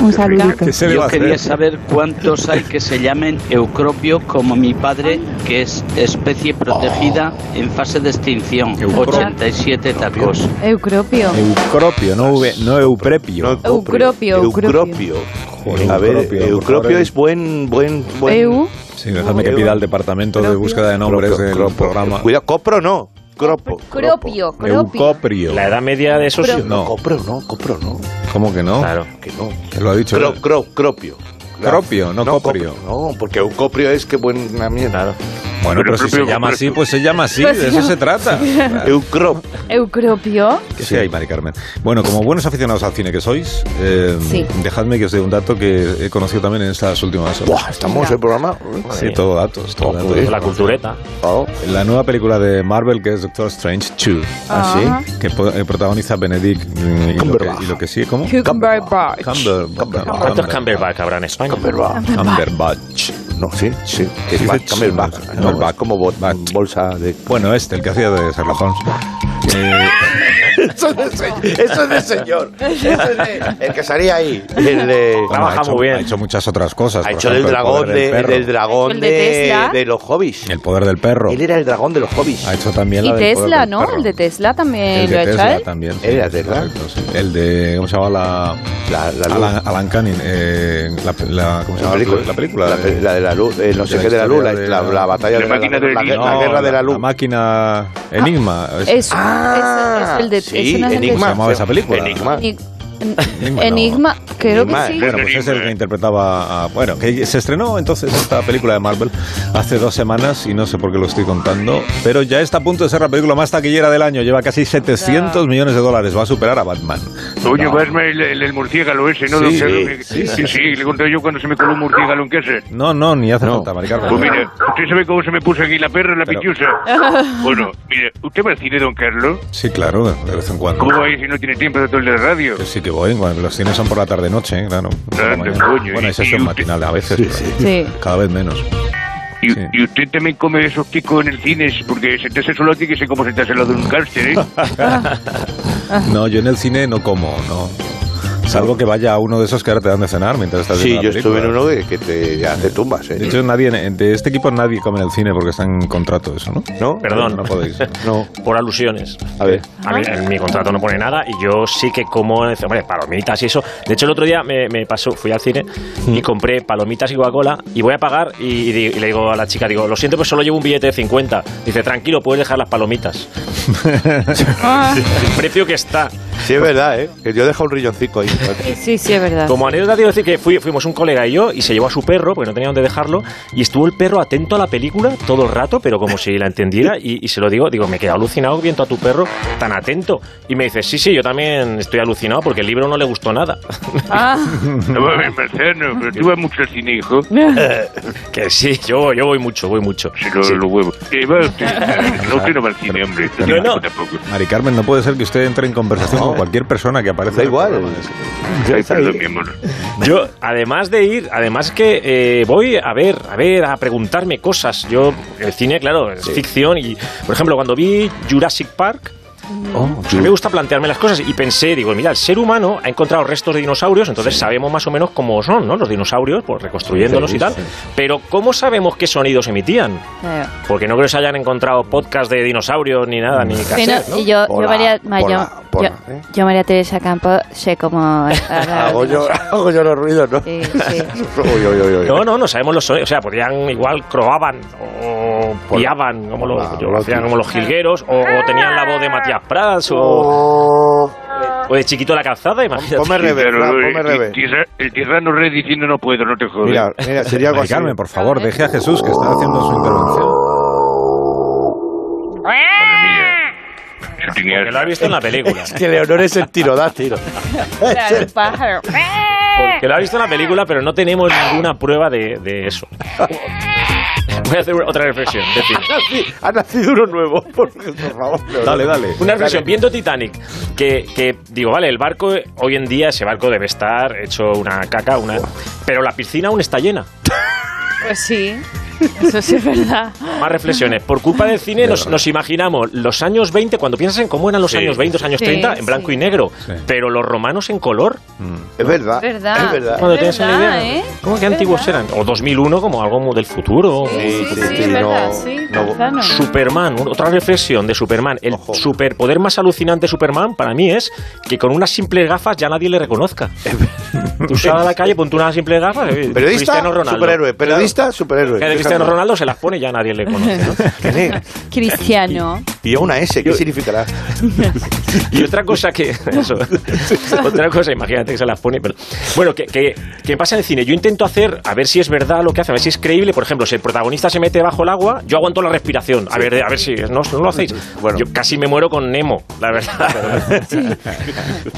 S12: Un saludito.
S1: ¿Qué se le va
S13: Yo
S1: a
S13: quería
S1: hacer?
S13: saber cuántos hay que se llamen Eucropio como mi padre, que es especie protegida en fase de extinción.
S1: Eucropio.
S13: 87 tacos.
S4: Eucropio.
S1: Eucropio, no, Uve- no euprepio.
S4: Eucropio,
S2: Eucropio.
S1: Joder,
S2: A ver,
S1: Eucropio, por
S2: Eucropio
S1: favor.
S2: es buen, buen, buen.
S4: Eu.
S1: Sí, déjame que pida al departamento de búsqueda de nombres del
S2: Cropo.
S1: programa.
S2: Cuidado, copro no. Cropo.
S4: Cropio, cropio.
S1: Eucoprio.
S3: La edad media de esos.
S4: Pero-
S1: No,
S2: Copro no, copro no.
S1: ¿cómo que no?
S3: Claro.
S2: Que no.
S1: Que lo ha dicho.
S2: Cro,
S1: él.
S2: cro, cropio.
S1: Cropio, no coprio.
S2: No, porque un coprio es que buena mierda.
S1: Bueno, pero si se
S5: Eucropio,
S1: llama así, pues se llama así,
S4: Pues
S1: de
S4: no.
S1: eso se trata. Claro.
S2: Eucrop.
S4: Eucropio.
S1: Que sí hay, Mari Carmen. Bueno, como buenos aficionados al cine que sois, eh,
S4: Sí.
S1: dejadme que os dé un dato que he conocido también en estas últimas horas.
S2: Buah, estamos en el programa.
S1: Sí, todo datos, todo datos.
S2: eh.
S3: La cultureta.
S2: Oh.
S1: La nueva película de Marvel que es Doctor Strange 2.
S4: Ah,
S1: Que po- eh, protagoniza Benedict mm, y lo, que,
S2: Cumberbatch.
S1: y lo que sigue, ¿cómo?
S4: Cucumberbatch.
S2: Ah,
S1: Cumberbatch.
S3: ¿Cuántos Camberback habrá en España?
S2: Cumberbatch.
S1: Cumberbatch.
S2: No, sí, sí. Que
S1: Sí,
S2: es back,
S1: sí,
S2: Cumberbatch.
S1: sí.
S2: No,
S1: Cumberbatch.
S2: es como bo-
S1: Back.
S2: bolsa de.
S1: Bueno, este, el que hacía de Sherlock Holmes. Eh,
S2: Eso es de señor. Eso es de señor. Eso es de- el que salía ahí. El de.
S1: bueno,
S3: Trabaja
S1: ha hecho,
S3: muy bien.
S1: Ha hecho muchas otras cosas.
S2: Ha
S1: por
S2: hecho del
S1: ejemplo, el
S2: dragón
S1: poder
S2: de,
S1: del perro.
S2: del dragón
S4: El
S2: de,
S4: de Tesla.
S2: de los hobbies.
S1: El poder del perro.
S2: Él era el dragón de los hobbies.
S1: Ha hecho también la
S4: Y
S1: del poder
S4: Tesla,
S1: del
S4: ¿no?
S1: perro.
S4: El de Tesla ¿eh?
S1: El
S4: también
S1: de
S4: lo ha hecho
S1: Tesla
S4: él.
S1: también. sí,
S2: Él era Tesla.
S1: correcto, sí. El de, ¿cómo se llama la...
S2: La, la luz.
S1: Alan, Alan Canning, eh, la, la- ¿cómo se
S2: La
S1: llama?
S2: película.
S1: La película.
S2: La,
S1: eh,
S2: pe- la de la luz. eh, no sé
S1: la
S2: qué de la luz. La,
S1: historia de-
S2: la- la batalla
S5: La
S2: de la,
S5: máquina
S2: la-
S5: del
S2: la-
S5: guión.
S2: la guerra de la
S1: La
S2: luz.
S1: máquina Enigma.
S4: Es,
S2: Ah,
S4: es- es el de
S2: sí,
S4: ese no es el de-
S2: Enigma.
S1: ¿Cómo se llamaba esa película?
S2: Enigma.
S4: Ni-
S1: Enigma, no.
S4: Enigma, creo
S2: Enigma,
S4: que sí.
S1: Bueno, pues es el que interpretaba. a- bueno, que se estrenó entonces esta película de Marvel hace dos semanas y no sé por qué lo estoy contando, pero ya está a punto de ser la película más taquillera del año. Lleva casi 700 millones de dólares. Va a superar a Batman.
S5: Oye, Batman, el, el, el murciélago ese, ¿no?
S1: Sí,
S5: don Carlos?
S1: sí, sí,
S5: Que-
S1: sí,
S5: que
S1: sí.
S5: le conté yo cuando se me coló un murciélago en casa.
S1: No, no, ni hace falta, Mari Carmen.
S5: Pues mire, ¿usted sabe cómo se me puso aquí la perra, la
S1: Pero-
S5: pichusa? Bueno, mire, ¿usted va al cine, don Carlos?
S1: Sí, claro, de vez en cuando.
S5: ¿Cómo va a ir si no tiene tiempo de todo el de radio?
S1: Yo sí que voy, bueno, los cines son por la tarde-noche, ¿eh? claro. por la
S5: Claro,
S1: mañana.
S5: coño,
S1: bueno, hay
S5: y-
S1: sesión
S5: y-
S1: matinal a veces, pero
S4: Sí.
S1: cada vez menos.
S5: Y,
S1: Sí.
S5: y usted también come esos ticos en el cine, porque sentarse solo tiene que ser como sentarse al lado de un cáncer, ¿eh?
S1: No, yo en el cine no como, no. Salvo que vaya a uno de esos que ahora te dan de cenar mientras estás
S2: Sí,
S1: viendo
S2: yo
S1: la película.
S2: estuve en uno que, que te hace tumbas.
S1: De
S2: ¿eh?
S1: hecho, nadie, en- de este equipo nadie come en el cine porque está en contrato eso, ¿no?
S2: ¿No?
S3: Perdón.
S1: No podéis.
S2: No.
S3: Por alusiones.
S2: A
S1: eh,
S2: ver.
S3: A mí, en mi contrato no pone nada y yo sí que como, eh, hombre, palomitas y eso. De hecho, el otro día me, me pasó, fui al cine y compré palomitas y Coca-Cola y voy a pagar y, y di- y le digo a la chica, digo, lo siento, pero solo llevo un billete de 50. Dice, tranquilo, puedes dejar las palomitas. el precio que está.
S2: Sí, es verdad, ¿eh? Que yo dejo un rilloncito ahí.
S4: Sí, sí, es verdad.
S3: Como anécdota, quiero decir que fui- fuimos un colega y yo y se llevó a su perro, porque no tenía dónde dejarlo, y estuvo el perro atento a la película todo el rato, pero como si la entendiera, y, y se lo digo, digo, me quedé alucinado viendo a tu perro tan atento. Y me dice, sí, sí, yo también estoy alucinado porque el libro no le gustó nada.
S4: Ah,
S5: No, a ver, Marciano, pero tú vas mucho al cine, hijo.
S3: que sí, yo, yo voy mucho, voy mucho.
S5: Se lo,
S3: Sí.
S5: lo huevo. Eh, va usted. No, usted no va al cine, hombre. Usted
S3: Yo no.
S5: Tampoco.
S1: Mari Carmen, no puede ser que usted entre en conversación
S2: No.
S1: con cualquier persona que aparece.
S2: Da
S1: en el
S2: igual.
S1: programa.
S5: Ay, perdón, mi amor.
S3: Yo, además de ir, además que eh, voy a ver, a ver, a preguntarme cosas. Yo, el cine, claro, es ficción. Y, por ejemplo, cuando vi Jurassic Park,
S2: Oh,
S3: A mí me gusta plantearme las cosas y pensé, digo, mira, el ser humano ha encontrado restos de dinosaurios, entonces sabemos más o menos cómo son, ¿no? Los dinosaurios, pues reconstruyéndolos
S14: Sí,
S3: y tal.
S14: sí.
S3: Pero ¿cómo sabemos qué sonidos emitían?
S4: Eh.
S3: Porque no creo que se hayan encontrado podcast de dinosaurios ni nada, ni
S14: Mm.
S4: Sí,
S3: cassette,
S4: no,
S3: ¿no?
S4: y yo, yo María, ma- yo, yo- yo María Teresa Campos sé cómo... Ah,
S2: Hago yo, hago yo los ruidos, ¿no?
S4: Sí, sí.
S2: Uy, uy, uy, uy.
S3: No, no, no sabemos los sonidos. O sea, podrían igual croaban o
S14: Pues,
S3: piaban, como los, yo lo hacían como los jilgueros, o, o tenían la voz de Matías Prats, o,
S2: Oh.
S3: o de Chiquito la Calzada, imagínate.
S5: Sí, pero, eh, ti- tierra- El tirrano rey diciendo no puedo, no te jodas.
S1: Mira, mira, sería algo así. Carmen, por favor, deje a Jesús que está haciendo su intervención.
S3: Porque lo ha visto en la película.
S2: Es que Leonor es el tiro, da tiro.
S4: Claro, el pájaro.
S3: Que lo ha visto en la película, pero no tenemos ninguna prueba de, de eso. Voy a hacer otra reflexión. decir.
S2: Ha nacido uno nuevo, por, por favor. Leonor.
S1: Dale, dale.
S3: Una reflexión, viendo Titanic, que, que digo, vale, el barco, eh, hoy en día ese barco debe estar hecho una caca, una... Pero la piscina aún está llena.
S4: Pues sí, eso sí es verdad.
S3: Más reflexiones. Por culpa del cine nos, nos imaginamos los años 20, cuando piensas en cómo eran los
S2: Sí.
S3: años 20, los años
S4: Sí,
S3: 30, en blanco y negro, pero los romanos en color.
S2: Es verdad.
S4: Es verdad.
S2: Es verdad.
S3: Cuando tienes una
S4: verdad,
S3: idea.
S4: ¿eh?
S3: ¿Cómo que antiguos eran? O 2001 como algo muy del futuro.
S4: Sí, sí, sí, es verdad, sí, Manzano.
S3: Superman, un- otra reflexión de Superman. El superpoder más alucinante de Superman para mí es que con unas simples gafas ya nadie le reconozca. Tú sal a la calle, ponte unas simples gafas. eh,
S2: Periodista,
S3: Cristiano Ronaldo.
S2: superhéroe. Periodista, superhéroe.
S3: Que de Cristiano Ronaldo se las pone y ya nadie le conoce.
S4: Cristiano.
S2: Y una S, ¿qué significará?
S3: Y otra cosa que. Eso. Otra cosa, imagínate que se las pone. Pero, bueno, que, que, que pasa en el cine. Yo intento hacer, a ver si es verdad lo que hace, a ver si es creíble. Por ejemplo, si el protagonista se mete bajo el agua, yo aguanto la respiración. A ver, a ver si. No, no lo hacéis. Yo casi me muero con Nemo, la verdad.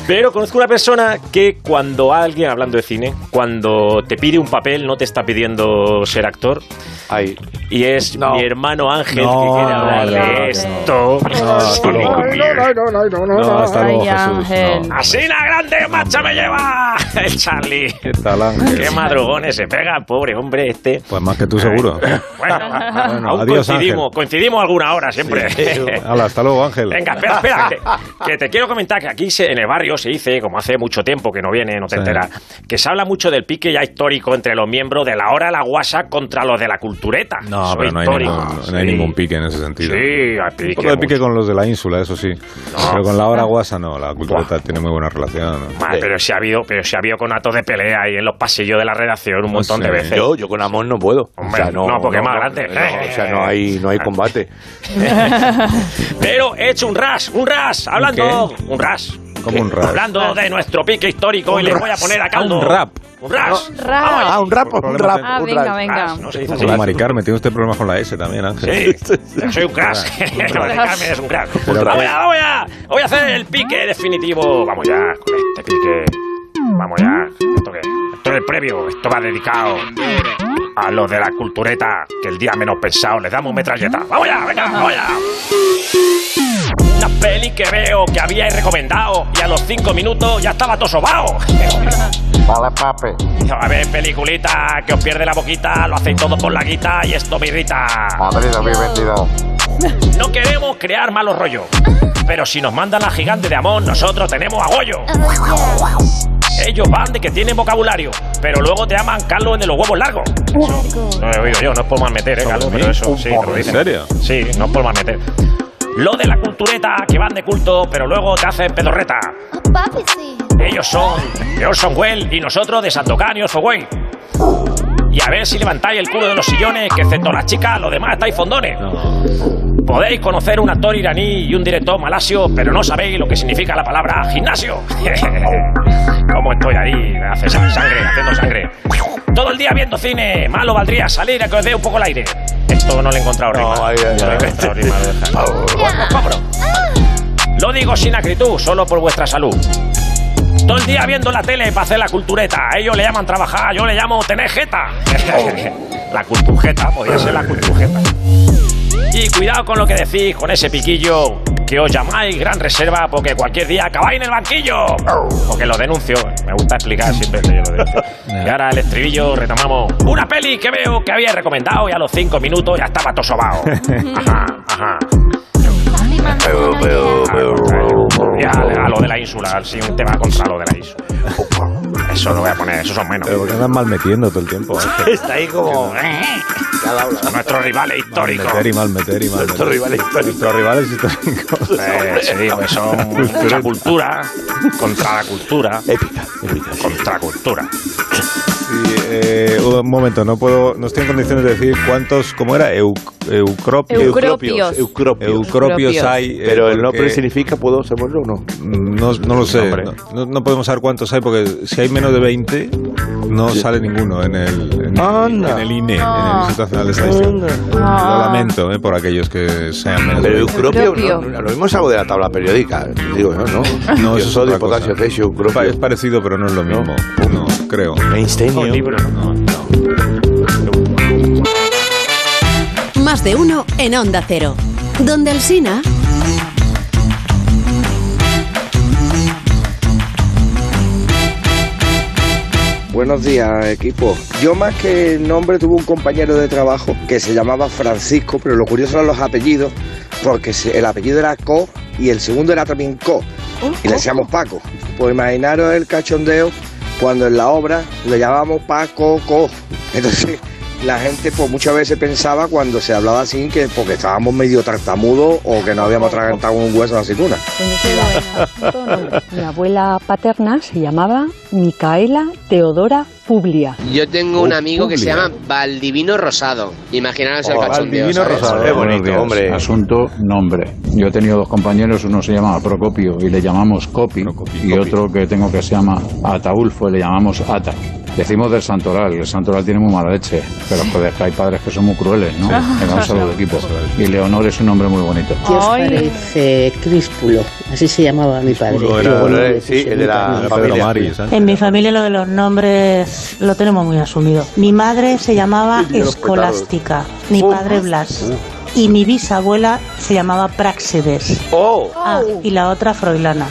S3: Pero conozco una persona que cuando alguien, hablando de cine, cuando te pide un papel, no te está pidiendo ser actor. Y es mi hermano Ángel que quiere hablar de esto.
S2: no, no, no,
S3: No, hasta luego,
S4: Ay,
S3: Jesús,
S4: Ángel.
S3: Así la grande marcha me lleva el Charlie. ¿Qué
S1: tal, Ángel?
S3: madrugones se pega, pobre hombre este.
S1: Pues más que tú seguro.
S3: Bueno,
S1: Bueno,
S3: aún
S1: adiós,
S3: coincidimos,
S1: Ángel.
S3: coincidimos alguna hora siempre.
S1: Hala, hasta luego, Ángel.
S3: Venga, espera, espera, que, que te quiero comentar que aquí se- en el barrio se dice, como hace mucho tiempo que no viene, no te
S1: Sí.
S3: enteras, que se habla mucho del pique ya histórico entre los miembros de la hora de la guasa contra los de la cultureta.
S1: No,
S3: Eso
S1: pero no hay,
S3: histórico.
S1: ningún, no hay
S3: Sí.
S1: ningún pique en ese sentido.
S3: Sí, hay pique,
S1: Un poco de pique con los de la ínsula, eso sí. Pero con la hora guasa no, la cultureta tiene muy buena relación. ¿no?
S3: Madre, pero se ha habido, pero se ha habido con atos de pelea ahí en los pasillos de la redacción un
S1: Pues
S3: montón
S2: sé.
S3: de veces.
S2: Yo- yo con Amón no puedo.
S3: Hombre, no, porque más grande.
S2: no, o sea, no hay, no hay combate.
S3: Pero he hecho un ras, un ras, hablando, un ras.
S1: Como un rap.
S3: Hablando de nuestro pique histórico
S1: Un
S3: y le
S1: ras.
S3: voy a poner a
S1: Ah,
S3: caldo.
S1: un rap.
S3: Un ras.
S4: Rap.
S2: Ah, un rap, un rap.
S4: Ah,
S2: un
S4: venga,
S2: rap.
S4: venga.
S3: No se dice así.
S1: Como Mari Carmen, tiene usted problemas con la S también, Ángel.
S3: Sí, soy un crash. es un crash.
S1: Un ras.
S3: Vamos ya, vamos ya. Voy a hacer el pique definitivo. Vamos ya con este pique. Vamos ya. ¿Esto qué? Esto es el previo. Esto va dedicado a los de la cultureta que el día menos pensado les damos metralleta. Vamos ya, venga, vamos ya. Una peli que veo que habíais recomendado y a los cinco minutos ya estaba todo sobao.
S9: Vale, pape.
S3: A ver, peliculita, que os pierde la boquita, lo hacéis todo por la guita y esto me irrita.
S9: Madrid 2022.
S3: No queremos crear malos rollos. Pero si nos mandan la gigante de Amón, nosotros tenemos a Goyo. Ellos van de que tienen vocabulario, pero luego te aman Carlos el de los huevos largos. No lo he oído yo, no es por mal meter, eh, Carlos, pero eso sí, te lo dicen.
S1: ¿En serio?
S3: Sí, no es por mal meter. Lo de la cultureta, que van de culto, pero luego te hacen pedorreta.
S7: Papi, sí.
S3: Ellos son de Orson Welles y nosotros de Sandokan y Orfoway. Y a ver si levantáis el culo de los sillones, que excepto las chicas, los demás estáis fondones. Podéis conocer un actor iraní y un director malasio, pero no sabéis lo que significa la palabra gimnasio. ¿Cómo estoy ahí? Hace sa- sangre, haciendo sangre. Todo el día viendo cine. Malo valdría salir a que os dé un poco el aire. Esto no le he encontrado rima. No le he encontrado rima, lo dejaré. Vámonos, vámonos. Lo digo sin acritud, solo por vuestra salud. Todo el día viendo la tele para hacer la cultureta. A ellos le llaman trabajar, yo le llamo tener jeta. la culturjeta, podría ser la culturjeta. Y cuidado con lo que decís, con ese piquillo, que os llamáis gran reserva porque cualquier día acabáis en el banquillo. Porque lo denuncio, me gusta explicar siempre que yo lo denuncio. Y ahora el estribillo retomamos. Una peli que veo que había recomendado y a los cinco minutos ya estaba tosobao. Ajá, ajá.
S2: Pero, pero, pero,
S3: insular, sí, un tema contra lo de la ISO. Eso lo voy a poner, esos son menos. eh,
S1: Pero porque andan mal metiendo todo el tiempo. Ángel.
S3: Está ahí como. Nuestro rival es histórico.
S1: Meter y mal meter y mal meter.
S3: rivales
S1: Nuestros rivales históricos.
S3: Eh, sí, pues son mucha cultura contra la cultura. Épica, Contra cultura.
S1: Sí, eh, un momento, no puedo, no estoy en condiciones de decir cuántos, ¿cómo era? Euc- eucropios.
S15: Eucropios.
S1: Eucropios.
S2: Eucropios.
S1: hay. eh,
S2: Pero el
S1: porque-
S2: nombre significa, ¿puedo saberlo o no?
S1: No, no lo sé. No, no podemos saber cuántos hay porque si hay menos de 20, no sale ninguno en el, en, el- en el INE, en el Instituto Nacional de Estadística. Lo lamento eh, por aquellos que sean menos de
S2: Pero
S1: 20.
S2: eucropio, no, no, lo mismo es algo de la tabla periódica. Digo yo, ¿no?
S1: No, eso es
S2: sodio,
S1: otra cosa.
S2: potasio, calcio,
S1: Pa-
S2: eucropio.
S1: Es parecido, pero no es lo mismo. No, creo.
S2: Einstein.
S3: Un libro.
S8: Más de uno en Onda Cero. Donde Alsina.
S16: Buenos días, equipo. Yo más que nombre tuve un compañero de trabajo que se llamaba Francisco, pero lo curioso eran los apellidos, porque se- el apellido era Co y el segundo era también Co.
S15: Oh,
S16: Y le decíamos Paco. Pues imaginaros el cachondeo cuando en la obra lo llamábamos Paco Co. Entonces la gente pues muchas veces pensaba cuando se hablaba así que porque estábamos medio tartamudos o que no habíamos atragantado un hueso de aceituna.
S4: Mi abuela paterna se llamaba Micaela Teodora Publia.
S17: Yo tengo un
S4: Oh,
S17: amigo que se
S4: Julia.
S17: llama Valdivino Rosado. Imaginaros el
S4: Oh,
S17: cachondeo.
S4: Valdivino
S17: ¿sabes?
S4: Rosado.
S2: Qué bonito, hombre.
S5: Asunto, nombre. Yo he tenido dos compañeros, uno se llamaba Procopio y le llamamos Copi, y otro que tengo que se llama Ataulfo y le llamamos Ata. Decimos del Santoral, el Santoral tiene muy mala leche, pero joder, que hay padres que son muy crueles, ¿no?
S18: Sí.
S5: Le damos saludo equipo. Y Leonor es un nombre muy bonito.
S18: ¿Qué os parece Críspulo? Así se llamaba mi padre.
S5: Críspulo era-
S18: Críspulo,
S5: era- sí,
S18: mi
S5: él era
S18: padre.
S5: la familia. Pedro Mari, ¿sabes?
S6: En mi familia lo de los nombres lo tenemos muy asumido. Mi madre se llamaba
S18: Y de los petardos.
S6: Escolástica, mi padre Blas. Y mi bisabuela se llamaba Práxedes. Ah, y la otra Froilana.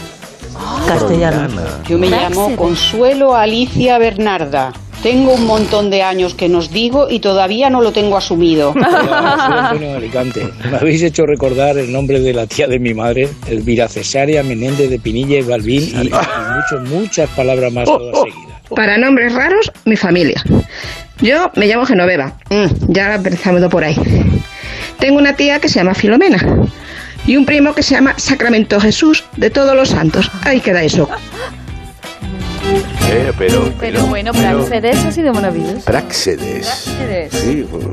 S6: Castellano.
S19: Yo me llamo Consuelo Alicia Bernarda. Tengo un montón de años que nos digo y todavía no lo tengo asumido.
S20: Antonio Alicante. Me habéis hecho recordar el nombre de la tía de mi madre, Elvira Cesárea Menéndez de Pinilla y Balbín, y, y mucho- muchas palabras más todas seguidas.
S21: Para nombres raros, mi familia. Yo me llamo Genoveva. Mm, ya la empezamos por ahí. Tengo una tía que se llama Filomena. Y un primo que se llama Sacramento Jesús de todos los santos. Ahí queda eso.
S2: Eh, pero,
S15: Pero bueno, Praxedes ha sido maravilloso.
S2: Práxedes.
S15: Praxedes.
S2: Sí, bueno,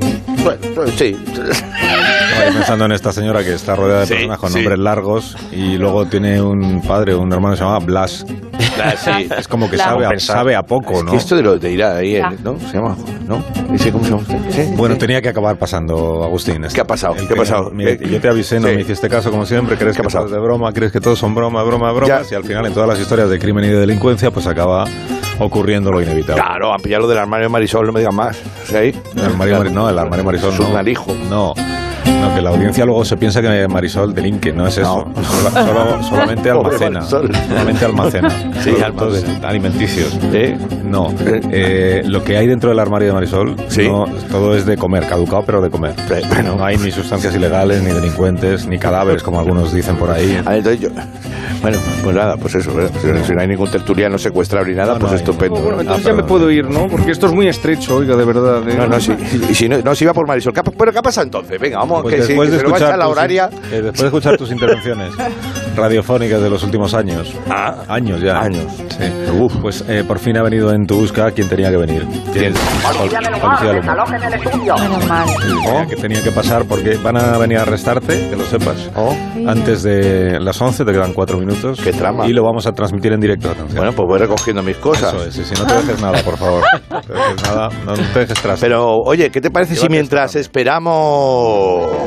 S2: pues sí.
S1: Estoy pensando en esta señora que está rodeada de personas con nombres largos y luego tiene un padre, un hermano que se llama Blas.
S2: sí.
S1: Es como que
S2: Blas.
S1: sabe a,
S2: Compensar.
S1: sabe a poco,
S2: Es
S1: ¿no?
S2: que esto de lo de ir ahí,
S1: Ya.
S2: ¿no? Se llama, ¿no? Ese, ¿Cómo se llama usted? Sí,
S1: Bueno,
S2: sí.
S1: tenía que acabar pasando, Agustín. ¿Qué ha pasado?
S2: ¿Qué ha pasado? Eh,
S1: yo te avisé, no me hiciste caso como siempre. ¿Crees que pasado? de broma? ¿Crees que todos son broma, broma, broma? Y al final, en todas las historias de crimen y de delincuencia, pues acaba ocurriendo lo inevitable.
S2: Claro, a pillar lo del armario de Marisol, no me digan más. ¿Sí?
S1: El armario Marisol, no, el armario Marisol no. No. No, que la audiencia luego se piensa que Marisol delinque, no es eso. Sola- solo- solamente
S2: Pobre
S1: almacena.
S2: Marisol.
S1: Solamente almacena.
S2: Sí,
S1: Productos de- alimenticios. No. Eh, lo que hay dentro del armario de Marisol, no, todo es de comer, caducado, pero de comer. No hay ni sustancias ilegales, ni delincuentes, ni cadáveres, como algunos dicen por ahí.
S2: A ver, entonces yo... Bueno, pues nada, pues eso. ¿verdad? Si, si no hay ningún tertuliano secuestrado ni nada, pues estupendo.
S22: Bueno, entonces
S2: Ah,
S22: ya me
S2: perdón.
S22: puedo ir, ¿no? Porque esto es muy estrecho, oiga, de verdad. ¿eh?
S2: No, no, sí. Y si no, no, si iba por Marisol. ¿Qué ha- ¿Pero qué pasa entonces? Venga, vamos,
S1: Pues
S2: que, sí,
S1: después
S2: que
S1: de
S2: se nos va a
S1: escuchar
S2: echar la
S1: tus-
S2: horaria.
S1: eh, después de escuchar tus intervenciones radiofónicas de los últimos años.
S2: Ah.
S1: Años ya. Años. Pues eh, por fin ha venido en tu busca quien tenía que venir. ¿Quién? Policía Lomo.
S15: Menos mal.
S2: Oh.
S1: Tenía que tenía que pasar porque van a venir a arrestarte, que lo sepas.
S2: Oh.
S1: Antes de las 11 te quedan 4 minutos. Qué trama. Y lo vamos a transmitir en directo. Bueno,
S2: pues voy recogiendo mis cosas.
S1: Eso es, y si no te dejes nada, por favor. No te dejes nada, no te dejes tras.
S2: Pero, oye, ¿qué te parece si mientras esperamos...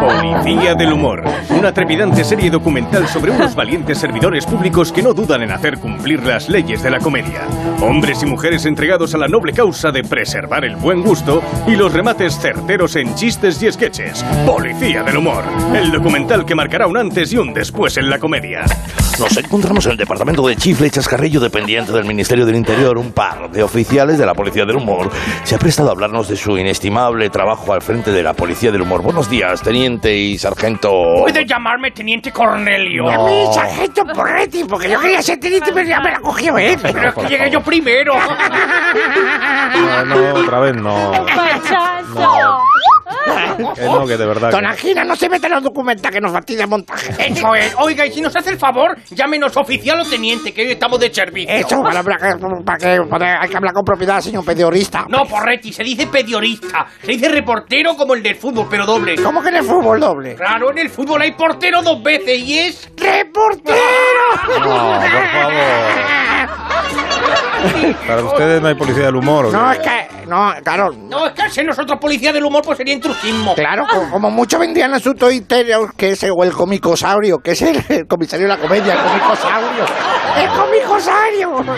S23: Policía del Humor, una trepidante serie documental sobre unos valientes servidores públicos que no dudan en hacer cumplir las leyes de la comedia. Hombres y mujeres entregados a la noble causa de preservar el buen gusto y los remates certeros en chistes y sketches. Policía del Humor, el documental que marcará un antes y un después en la comedia.
S24: Nos encontramos en el departamento de Chifle y Chascarrillo, dependiente del Ministerio del Interior. Un par de oficiales de la Policía del Humor se ha prestado a hablarnos de su inestimable trabajo al frente de la Policía del Humor. Buenos días, teniente y sargento.
S3: Puede llamarme Teniente Cornelio.
S24: No.
S3: Llámame Sargento Porretti, porque yo quería ser teniente, pero ya me la cogió, ¿eh? Pero es que llegué yo primero.
S1: No, no, otra vez no.
S3: ¡Pachazo!
S1: Que Eh, no, que de verdad.
S3: Don
S1: que-
S3: Agina, no se mete los documentos que nos fastidia el montaje. Eso es. Oiga, y si nos hace el favor, llámenos oficial o teniente, que hoy estamos de servicio.
S2: Eso, para, para, que- para que para- hay que hablar con propiedad, señor periodista.
S3: No, Porretti, se dice periodista. Se dice reportero como el del fútbol, pero doble.
S2: ¿Cómo que en el fútbol doble?
S3: Claro, en el fútbol hay portero dos veces y es... ¡Reportero!
S1: No, por favor. Para ustedes no hay policía del humor. ¿o qué?
S3: es que... No, claro. No, es que al ser nosotros policía del humor, pues sería intrusismo.
S2: Claro, co- como, mucho vendían en su interior, que ese o el comicosaurio, que es el, el comisario de la comedia, el comicosaurio. ¡El comicosaurio!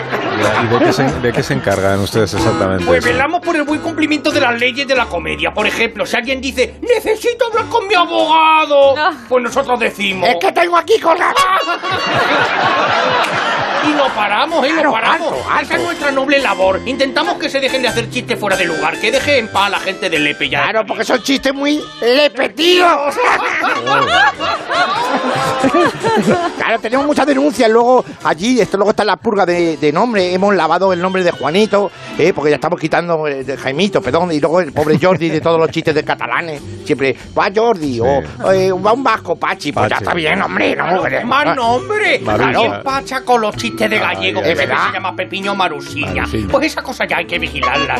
S1: ¿Y de qué, se, de qué se encargan ustedes exactamente?
S3: Pues velamos por el buen cumplimiento de las leyes de la comedia. Por ejemplo, si alguien dice, necesito hablar con mi abogado, pues nosotros decimos...
S2: Es que tengo aquí colgado.
S3: Y no paramos, y no
S2: Claro,
S3: paramos.
S2: alto, alto.
S3: Esa es nuestra noble labor. Intentamos que se dejen de hacer chistes fuera de lugar, que deje en paz a la gente del Lepe ya. Claro,
S2: Porque son chistes muy repetidos. Claro, tenemos muchas denuncias. Luego, allí, esto luego está la purga de, de nombre. Hemos lavado el nombre de Juanito, eh, porque ya estamos quitando el de Jaimito, perdón. Y luego el pobre Jordi de todos los chistes de catalanes. Siempre, va Jordi, o eh, va un vasco, Pachi. Pues ya
S3: Pachi.
S2: está bien, hombre. No, Eh, hombre.
S3: Más nombre.
S2: Maruja.
S3: También pacha con los chistes de gallego.
S2: ya,
S3: que
S2: ya.
S3: se llama Pepiño Marusilla.
S1: Marusilla.
S3: Pues esa cosa ya hay que vigilarlas.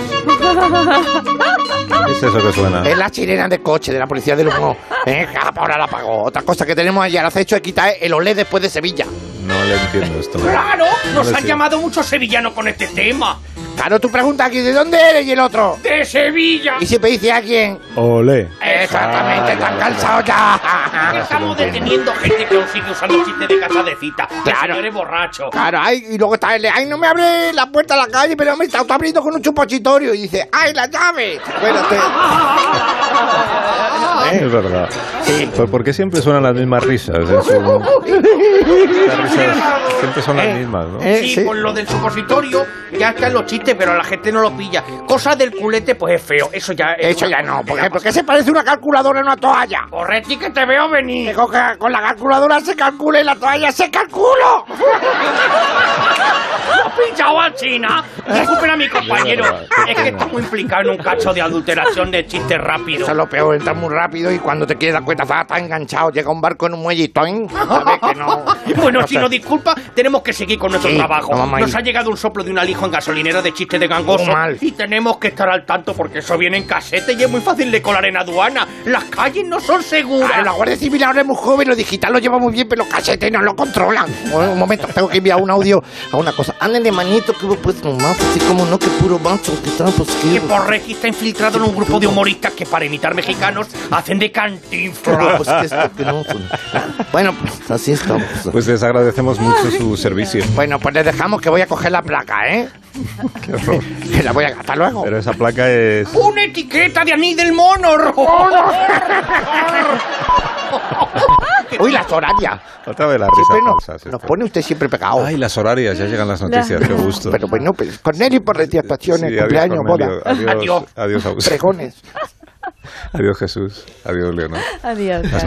S1: ¿Qué es eso que suena?
S2: Es la sirena de coche de la policía del humo. Eh, Japa, ahora la apagó. Otra cosa que tenemos allí al acecho es quitar el olé después de Sevilla.
S1: No le entiendo esto.
S3: Claro, nos
S2: Ahora
S3: han
S2: sí.
S3: llamado muchos sevillanos con este tema.
S2: Claro, tú preguntas aquí, ¿de dónde eres? Y el otro.
S3: De Sevilla.
S2: Y siempre dice alguien,
S1: Olé.
S2: exactamente,
S3: Ah, ya
S2: están
S3: lo
S2: cansados ya.
S3: Estamos deteniendo gente que aún sigue usando chistes de casa de cita.
S2: Claro.
S3: Claro. Eres borracho.
S2: Claro, ay, y luego está el, ay, no me abre la puerta a la calle, pero me está está abriendo con un chupochitorio. Y dice, ay, la llave. Acuérdate.
S1: Es verdad. Pues porque siempre suenan las mismas risas. en su- las risas siempre son las mismas, ¿no?
S2: Eh,
S3: sí, con lo del supositorio ya están los chistes, pero la gente no lo pilla. Cosa del culete, pues es feo. Eso ya es
S2: Eso ya no, por ejemplo,
S3: porque
S2: ¿qué Eh, se parece una calculadora a una toalla?
S3: Correcti, que te veo venir.
S2: Dijo que con la calculadora se calcula y la toalla se calculo.
S3: ¿Has pinchado a China?
S2: ¿Eh?
S3: Recupera a mi compañero. Es que estamos implicados en un cacho de adulteración de chistes rápido.
S2: Eso es lo peor, entras muy rápido y cuando te quieres dar cuenta estás tan enganchado, llega un barco en un muelle y toing, sabes que no.
S3: Bueno,
S2: No
S3: si
S2: sé.
S3: nos disculpa, tenemos que seguir con nuestro
S2: Sí,
S3: trabajo.
S2: no vamos a ir.
S3: Nos ha llegado un soplo de un alijo en gasolinera de chistes de gangoso.
S2: Muy mal.
S3: Y tenemos que estar al tanto porque eso viene en casete y es muy fácil de colar en aduana. Las calles no son seguras.
S2: Claro, "Ah, la Guardia Civil ahora es muy joven, lo digital lo lleva muy bien, pero los casetes no lo controlan. Bueno, un momento, tengo que enviar un audio a una cosa. Anden de manito que vos puedes nomás, así como no, que puro macho, que tal, pues
S3: Que
S2: que...
S3: Porretti está infiltrado en un grupo de humoristas que para imitar mexicanos hacen de
S2: Claro, pues, que
S3: cantinflas.
S2: esto, que no, pues. Bueno, pues así estamos.
S1: Pues les agradecemos mucho su servicio.
S2: Bueno, pues les dejamos que voy a coger la placa, ¿eh?
S1: Qué horror.
S2: Que la voy a... Hasta luego.
S1: Pero esa placa es...
S3: ¡Una etiqueta de anís del mono!
S2: Uy, las horarias.
S1: Otra vez la
S2: Siempre
S1: risa.
S2: nos, nos pone usted siempre pegado.
S1: Ay, las horarias, ya llegan las noticias, qué gusto.
S2: Pero bueno, pues, Cornelio por estaciones,
S1: Sí, adiós,
S2: cumpleaños,
S1: Cornelio,
S2: boda.
S1: adiós, Adiós. adiós a usted.
S2: Pregones.
S1: Adiós Jesús, adiós Leonor.
S4: Adiós.
S1: Las